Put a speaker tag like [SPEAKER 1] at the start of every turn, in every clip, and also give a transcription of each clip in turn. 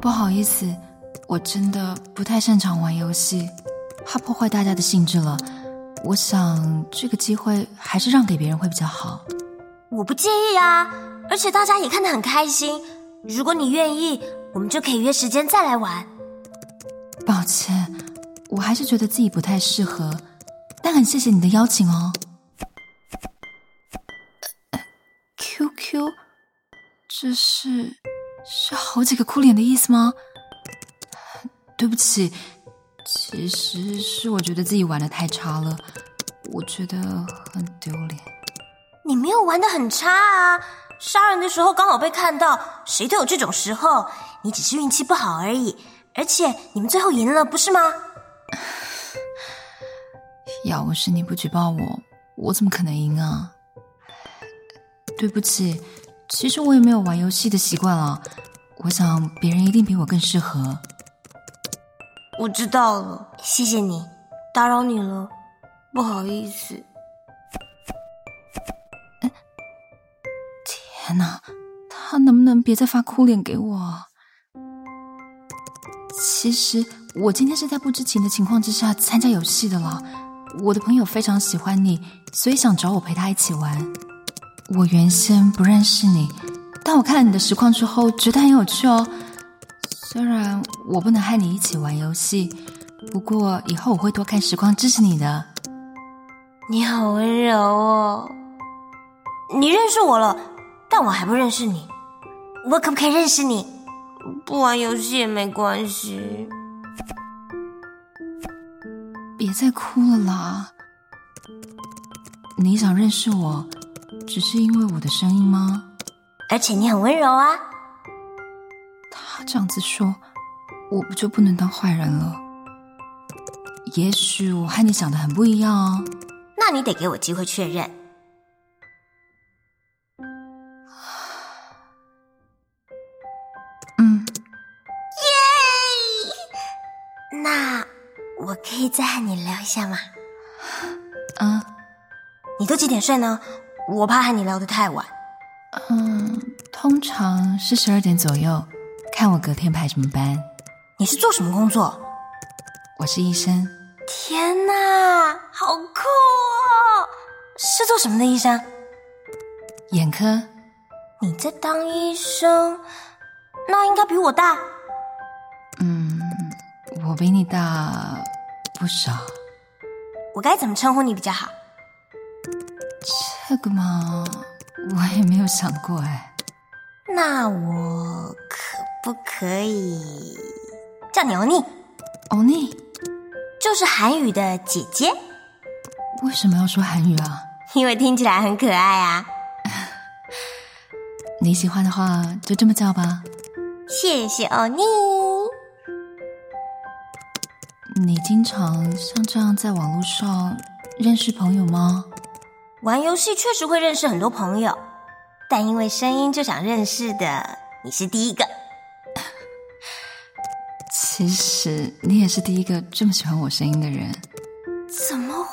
[SPEAKER 1] 不好意思，我真的不太擅长玩游戏，怕破坏大家的兴致了。我想这个机会还是让给别人会比较好。
[SPEAKER 2] 我不介意啊，而且大家也看得很开心。如果你愿意，我们就可以约时间再来玩。
[SPEAKER 1] 抱歉，我还是觉得自己不太适合，但很谢谢你的邀请哦。Q Q，这是是好几个哭脸的意思吗？对不起，其实是我觉得自己玩的太差了，我觉得很丢脸。
[SPEAKER 2] 你没有玩的很差啊，杀人的时候刚好被看到，谁都有这种时候，你只是运气不好而已。而且你们最后赢了，不是吗？
[SPEAKER 1] 要我是你不举报我，我怎么可能赢啊？对不起，其实我也没有玩游戏的习惯了。我想别人一定比我更适合。
[SPEAKER 2] 我知道了，谢谢你，打扰你了，不好意思。
[SPEAKER 1] 天哪，他能不能别再发哭脸给我啊？其实我今天是在不知情的情况之下参加游戏的啦。我的朋友非常喜欢你，所以想找我陪他一起玩。我原先不认识你，但我看了你的实况之后，觉得很有趣哦。虽然我不能和你一起玩游戏，不过以后我会多看实况支持你的。
[SPEAKER 2] 你好温柔哦，你认识我了，但我还不认识你，我可不可以认识你？不玩游戏也没关系，
[SPEAKER 1] 别再哭了啦！你想认识我，只是因为我的声音吗？
[SPEAKER 2] 而且你很温柔啊。
[SPEAKER 1] 他这样子说，我不就不能当坏人了？也许我和你想的很不一样哦。
[SPEAKER 2] 那你得给我机会确认。那我可以再和你聊一下吗？
[SPEAKER 1] 嗯
[SPEAKER 2] 你都几点睡呢？我怕和你聊得太晚。
[SPEAKER 1] 嗯，通常是十二点左右，看我隔天排什么班。
[SPEAKER 2] 你是做什么工作？
[SPEAKER 1] 我是医生，
[SPEAKER 2] 天哪，好酷哦！是做什么的医生？
[SPEAKER 1] 眼科。
[SPEAKER 2] 你在当医生，那应该比我大。
[SPEAKER 1] 嗯，我比你大不少。
[SPEAKER 2] 我该怎么称呼你比较好？
[SPEAKER 1] 这个嘛，我也没有想过哎。
[SPEAKER 2] 那我可不可以叫你欧尼？
[SPEAKER 1] 欧尼，
[SPEAKER 2] 就是韩语的姐姐，
[SPEAKER 1] 为什么要说韩语啊？
[SPEAKER 2] 因为听起来很可爱啊。
[SPEAKER 1] 你喜欢的话就这么叫吧。
[SPEAKER 2] 谢谢欧尼。
[SPEAKER 1] 你经常像这样在网络上认识朋友吗？
[SPEAKER 2] 玩游戏确实会认识很多朋友，但因为声音就想认识的，你是第一个。
[SPEAKER 1] 其实你也是第一个这么喜欢我声音的人。
[SPEAKER 2] 怎么会？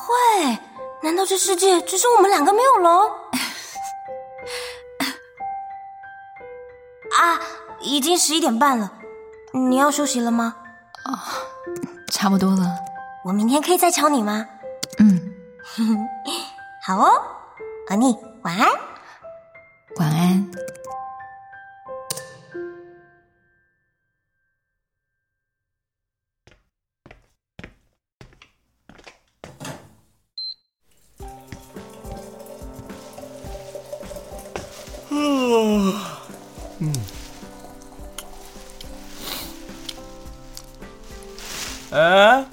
[SPEAKER 2] 难道这世界只剩我们两个没有龙？ 啊，已经十一点半了，你要休息了吗？
[SPEAKER 1] 差不多了，
[SPEAKER 2] 我明天可以再敲你吗？
[SPEAKER 1] 嗯，
[SPEAKER 2] 好哦，和你晚安。
[SPEAKER 1] 晚安。
[SPEAKER 3] 哎，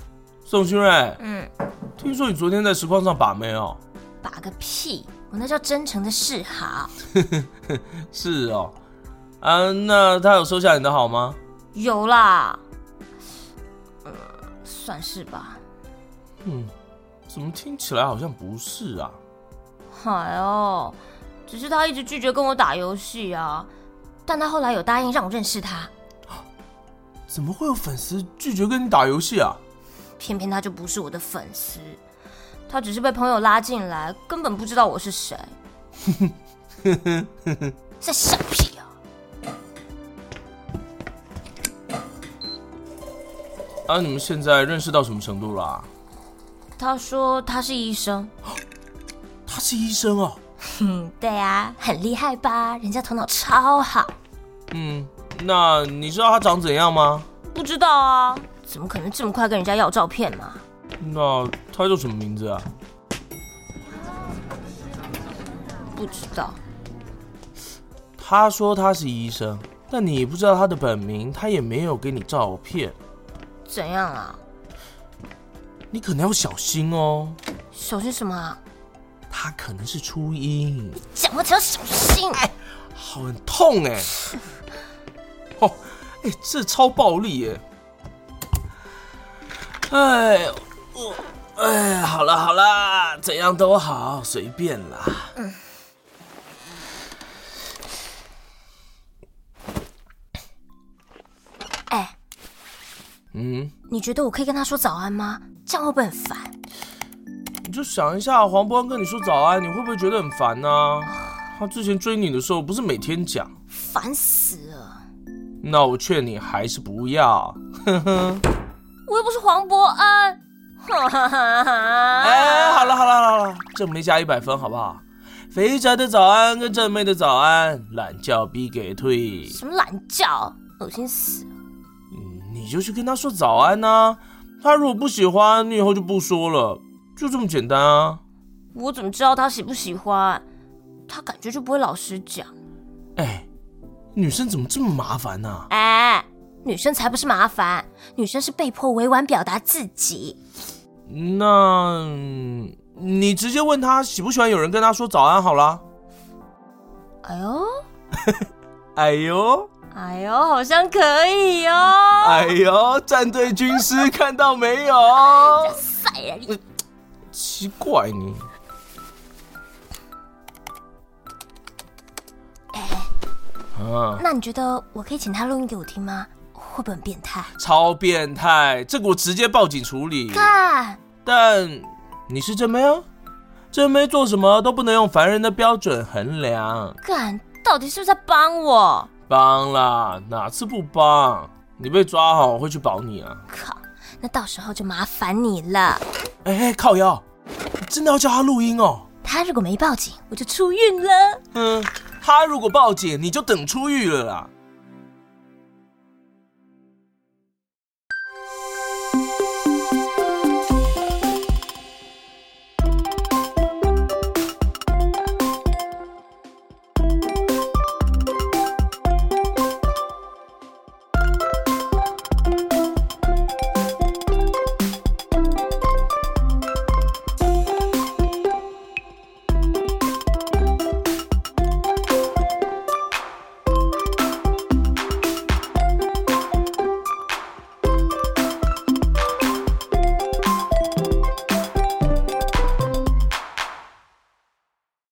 [SPEAKER 3] 宋新瑞，
[SPEAKER 2] 嗯，
[SPEAKER 3] 听说你昨天在实况上把妹哦？
[SPEAKER 2] 把个屁！我那叫真诚的示好。
[SPEAKER 3] 是哦，啊，那他有收下你的好吗？
[SPEAKER 2] 有啦，嗯，算是吧。
[SPEAKER 3] 怎么听起来好像不是啊？
[SPEAKER 2] 哎呦，只是他一直拒绝跟我打游戏啊，但他后来有答应让我认识他，
[SPEAKER 3] 怎么会有粉丝拒绝跟你打游戏啊？
[SPEAKER 2] 偏偏他就不是我的粉丝，他只是被朋友拉进来，根本不知道我是谁。在笑屁啊！
[SPEAKER 3] 啊，你们现在认识到什么程度啊啦、
[SPEAKER 2] 他说他是医生。
[SPEAKER 3] 他是医生哦。
[SPEAKER 2] 嗯，对啊，很厉害吧？人家头脑超好。
[SPEAKER 3] 嗯，那你知道他长怎样吗？
[SPEAKER 2] 不知道啊，怎么可能这么快跟人家要照片嘛？
[SPEAKER 3] 那他叫什么名字啊？
[SPEAKER 2] 不知道。
[SPEAKER 3] 他说他是医生，但你不知道他的本名，他也没有给你照片，
[SPEAKER 2] 怎样啊？
[SPEAKER 3] 你可能要小心哦。
[SPEAKER 2] 小心什么啊？
[SPEAKER 3] 他可能是初音，
[SPEAKER 2] 讲话才要小心。
[SPEAKER 3] 好很痛哎、哦，哎、这超暴力哎、哎，我哎，好了好了，怎样都好，随便啦。
[SPEAKER 2] 哎，
[SPEAKER 3] 嗯，
[SPEAKER 2] 你觉得我可以跟他说早安吗？这样会不会很烦？
[SPEAKER 3] 你就想一下，黄伯恩跟你说早安，你会不会觉得很烦呢、他之前追你的时候，不是每天讲？
[SPEAKER 2] 烦死了！
[SPEAKER 3] 那我劝你还是不要。
[SPEAKER 2] 我又不是黄伯恩。哈哈哈
[SPEAKER 3] 哎，
[SPEAKER 2] 哈！
[SPEAKER 3] 好了好了好了，正妹加一百分好不好？肥宅的早安跟正妹的早安，懒觉逼给退。
[SPEAKER 2] 什么懒觉，恶心死了！
[SPEAKER 3] 嗯，你就去跟他说早安呐、他如果不喜欢，你以后就不说了，就这么简单啊。
[SPEAKER 2] 我怎么知道他喜不喜欢？他感觉就不会老实讲。
[SPEAKER 3] 哎，女生怎么这么麻烦啊呢、
[SPEAKER 2] 哎，女生才不是麻烦，女生是被迫委婉表达自己。
[SPEAKER 3] 那嗯你直接问他喜不喜欢有人跟他说早安好啦。
[SPEAKER 2] 哎呦，
[SPEAKER 3] 哎呦，
[SPEAKER 2] 哎呦，好像可以哦。
[SPEAKER 3] 哎呦，战队军师看到没有？
[SPEAKER 2] 塞了你！
[SPEAKER 3] 奇怪你，啊，
[SPEAKER 2] 那你觉得我可以请他录音给我听吗？会不会很变态？
[SPEAKER 3] 超变态，这个我直接报警处理。
[SPEAKER 2] 干，
[SPEAKER 3] 但你是正妹啊，正妹做什么都不能用凡人的标准衡量。
[SPEAKER 2] 干，到底是不是在帮我？
[SPEAKER 3] 帮啦，哪次不帮？你被抓好，我会去保你啊。
[SPEAKER 2] 靠，那到时候就麻烦你了。
[SPEAKER 3] 哎、哎，靠腰，你真的要叫他录音哦？
[SPEAKER 2] 他如果没报警，我就出狱了。
[SPEAKER 3] 嗯，他如果报警，你就等出狱了啦。